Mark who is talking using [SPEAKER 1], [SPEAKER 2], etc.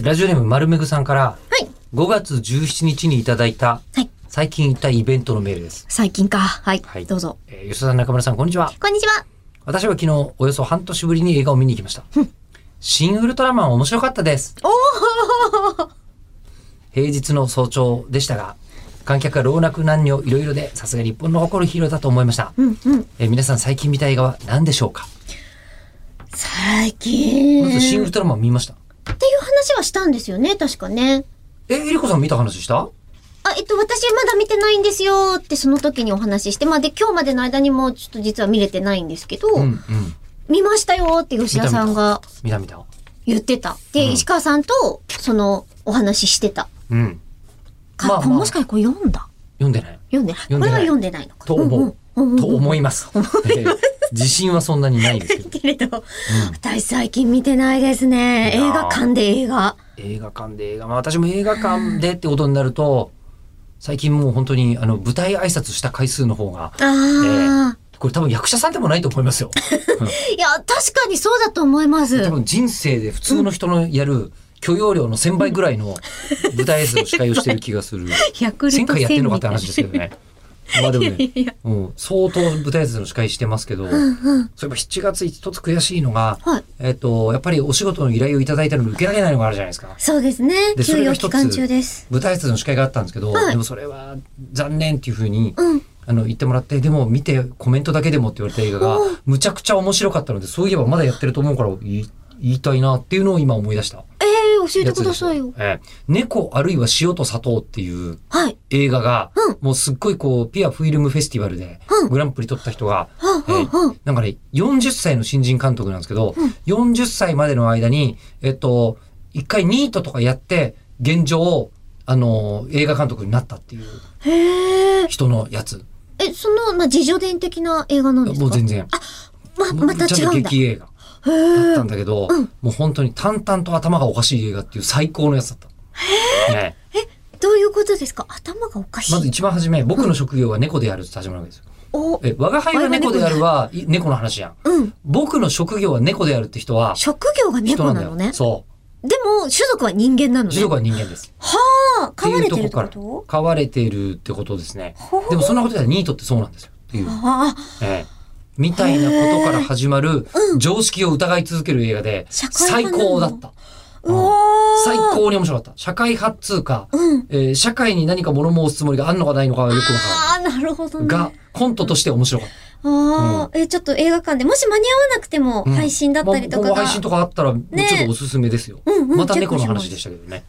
[SPEAKER 1] ラジオネーム丸めぐさんから、
[SPEAKER 2] はい。
[SPEAKER 1] 5月17日にいただいた、
[SPEAKER 2] はい
[SPEAKER 1] 最近行ったイベントのメールです。
[SPEAKER 2] 最近か。はい。
[SPEAKER 1] はい
[SPEAKER 2] どうぞ。
[SPEAKER 1] えー吉田さん、中村さん、こんにちは。
[SPEAKER 2] こんにちは。
[SPEAKER 1] 私は昨日、およそ半年ぶりに映画を見に行きました。新ウルトラマン面白かったです。平日の早朝でしたが、観客が老若男女いろいろで、さすが日本の誇るヒーローだと思いました。
[SPEAKER 2] うんうん。
[SPEAKER 1] えー皆さん最近見た映画は何でしょうか、
[SPEAKER 2] 最近。
[SPEAKER 1] ま
[SPEAKER 2] っ
[SPEAKER 1] ず
[SPEAKER 2] てい
[SPEAKER 1] 新ウ
[SPEAKER 2] う
[SPEAKER 1] ルトラマン見ました。
[SPEAKER 2] 話はしたんですよね、確かね。
[SPEAKER 1] え、えりこさん見た話した
[SPEAKER 2] あ、えっと、私まだ見てないんですよってその時にお話しして、まあで、今日までの間にもちょっと実は見れてないんですけど、
[SPEAKER 1] うんうん。
[SPEAKER 2] 見ましたよって吉田さんが
[SPEAKER 1] 見た見た。
[SPEAKER 2] 言ってた。で、
[SPEAKER 1] うん
[SPEAKER 2] 石川さんとそのお話ししてた。
[SPEAKER 1] うん。
[SPEAKER 2] か、
[SPEAKER 1] まあ
[SPEAKER 2] こ
[SPEAKER 1] まあ
[SPEAKER 2] もしかしてこれ読んだ
[SPEAKER 1] 読んでない
[SPEAKER 2] 読んでない
[SPEAKER 1] 読んでない
[SPEAKER 2] これは読んでないのか。
[SPEAKER 1] と思う。
[SPEAKER 2] うんうんうんうん
[SPEAKER 1] と思います。えー自信はそんなにないですけど。
[SPEAKER 2] けれど、私最近見てないですね。
[SPEAKER 1] いやー
[SPEAKER 2] 映画館で映画。
[SPEAKER 1] 映画館で映画、まあ私も映画館でってことになると、最近もう本当にあの舞台挨拶した回数の方が、
[SPEAKER 2] ああ、
[SPEAKER 1] これ多分役者さんでもないと思います よ。
[SPEAKER 2] いや、確かにそうだと思いま
[SPEAKER 1] 多
[SPEAKER 2] す。
[SPEAKER 1] 分人生で普通の人のやる許容量の1000倍ぐらいの舞台挨拶の司会をしてる気が する。
[SPEAKER 2] 百
[SPEAKER 1] 1000回やってるのかって話ですけど ね。まあでもね、
[SPEAKER 2] いや、
[SPEAKER 1] うん、相当舞台挨拶の司会してますけど、
[SPEAKER 2] うんうん。
[SPEAKER 1] そういえば7月一つ悔しいのが、
[SPEAKER 2] はい。
[SPEAKER 1] えっと、やっぱりお仕事の依頼をいただいたのに受けられないのがあるじゃないですか。
[SPEAKER 2] そうですね。
[SPEAKER 1] でそれ
[SPEAKER 2] 休
[SPEAKER 1] が
[SPEAKER 2] 養
[SPEAKER 1] 一つ
[SPEAKER 2] 期間中です。
[SPEAKER 1] 舞台挨拶の司会があったんですけど、
[SPEAKER 2] はい
[SPEAKER 1] でもそれは残念っていうふうに、
[SPEAKER 2] うん。
[SPEAKER 1] あの、言ってもらって、でも見てコメントだけでもって言われた映画が、むちゃくちゃ面白かったので、そういえばまだやってると思うから言い言いたいなっていうのを今思い出した。
[SPEAKER 2] ええー、教えてくださいよ。
[SPEAKER 1] ええ猫あるいは塩と砂糖っていう
[SPEAKER 2] はい。
[SPEAKER 1] 映画が、
[SPEAKER 2] うん
[SPEAKER 1] もうすっごいこう、ピアフィルムフェスティバルで
[SPEAKER 2] うん
[SPEAKER 1] グランプリ取った人が、
[SPEAKER 2] はあ、
[SPEAKER 1] え
[SPEAKER 2] はあ、はあ。
[SPEAKER 1] なんかね、40歳の新人監督なんですけど、40歳までの間に、えっと、一回ニートとかやって、現状、あの、映画監督になったっていう
[SPEAKER 2] へえ。
[SPEAKER 1] 人のやつ。
[SPEAKER 2] え、その、まあ、自叙伝的な映画なんですか
[SPEAKER 1] もう全然。
[SPEAKER 2] ま、また違
[SPEAKER 1] ちゃん
[SPEAKER 2] う
[SPEAKER 1] と
[SPEAKER 2] んだ。へ
[SPEAKER 1] 劇映画だっ
[SPEAKER 2] え
[SPEAKER 1] た。んだけど、
[SPEAKER 2] うん
[SPEAKER 1] もう本当に淡々と頭がおかしい映画っていう最高のやつだった。ね
[SPEAKER 2] どういうことですか頭がおかしい。
[SPEAKER 1] まず一番初め、僕の職業は猫であるって始まるわけですよ。
[SPEAKER 2] お、
[SPEAKER 1] え、我が輩は猫であるは、い猫の話やん。
[SPEAKER 2] うん。
[SPEAKER 1] 僕の職業は猫であるって人は、
[SPEAKER 2] 職業
[SPEAKER 1] 人
[SPEAKER 2] が
[SPEAKER 1] な
[SPEAKER 2] 猫
[SPEAKER 1] ん
[SPEAKER 2] な
[SPEAKER 1] だ
[SPEAKER 2] の
[SPEAKER 1] よ。
[SPEAKER 2] ね。
[SPEAKER 1] そう。
[SPEAKER 2] でも、種族は人間なのね。
[SPEAKER 1] 種族は人間です。
[SPEAKER 2] はあ、飼われてるって
[SPEAKER 1] か
[SPEAKER 2] こ
[SPEAKER 1] ら
[SPEAKER 2] と
[SPEAKER 1] 飼われているってことですね
[SPEAKER 2] ほう
[SPEAKER 1] でもそんなことではニートってそうなんですよっていう、
[SPEAKER 2] ああ、
[SPEAKER 1] ええみたいなことから始まる常識を疑い続ける映画で
[SPEAKER 2] 社会
[SPEAKER 1] 最
[SPEAKER 2] 派な
[SPEAKER 1] 高
[SPEAKER 2] の
[SPEAKER 1] だった
[SPEAKER 2] うおー。
[SPEAKER 1] 最。高に面白かった社会派っつうか、
[SPEAKER 2] うん。
[SPEAKER 1] えー社会に何か物申すつもりがあるのかないのかはよくわか
[SPEAKER 2] ああ、なるほど
[SPEAKER 1] らな
[SPEAKER 2] ね。
[SPEAKER 1] いがコントとして面白かった
[SPEAKER 2] ああ、え、ちょっと映画館で、もし間に合わなくても、
[SPEAKER 1] うん
[SPEAKER 2] 配信だったりとか
[SPEAKER 1] まあ
[SPEAKER 2] が。
[SPEAKER 1] 配信とかあったらちょっとおすすめですよ、
[SPEAKER 2] うんうん
[SPEAKER 1] また猫の
[SPEAKER 2] チェックします
[SPEAKER 1] 話でしたけどね